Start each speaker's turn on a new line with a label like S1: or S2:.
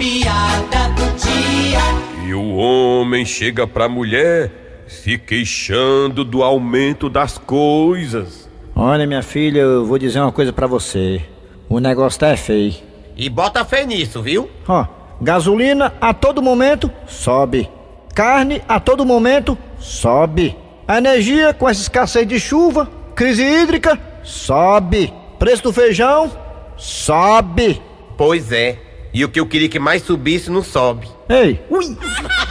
S1: piada do dia.
S2: E o homem chega pra mulher se queixando do aumento das coisas.
S3: Olha, minha filha, eu vou dizer uma coisa pra você. O negócio tá é feio.
S4: E bota fé nisso, viu?
S3: Ó, gasolina a todo momento sobe. Carne a todo momento sobe. A energia com essa escassez de chuva, crise hídrica, sobe. Preço do feijão sobe.
S4: Pois é. E o que eu queria que mais subisse não sobe.
S3: Ei, ui!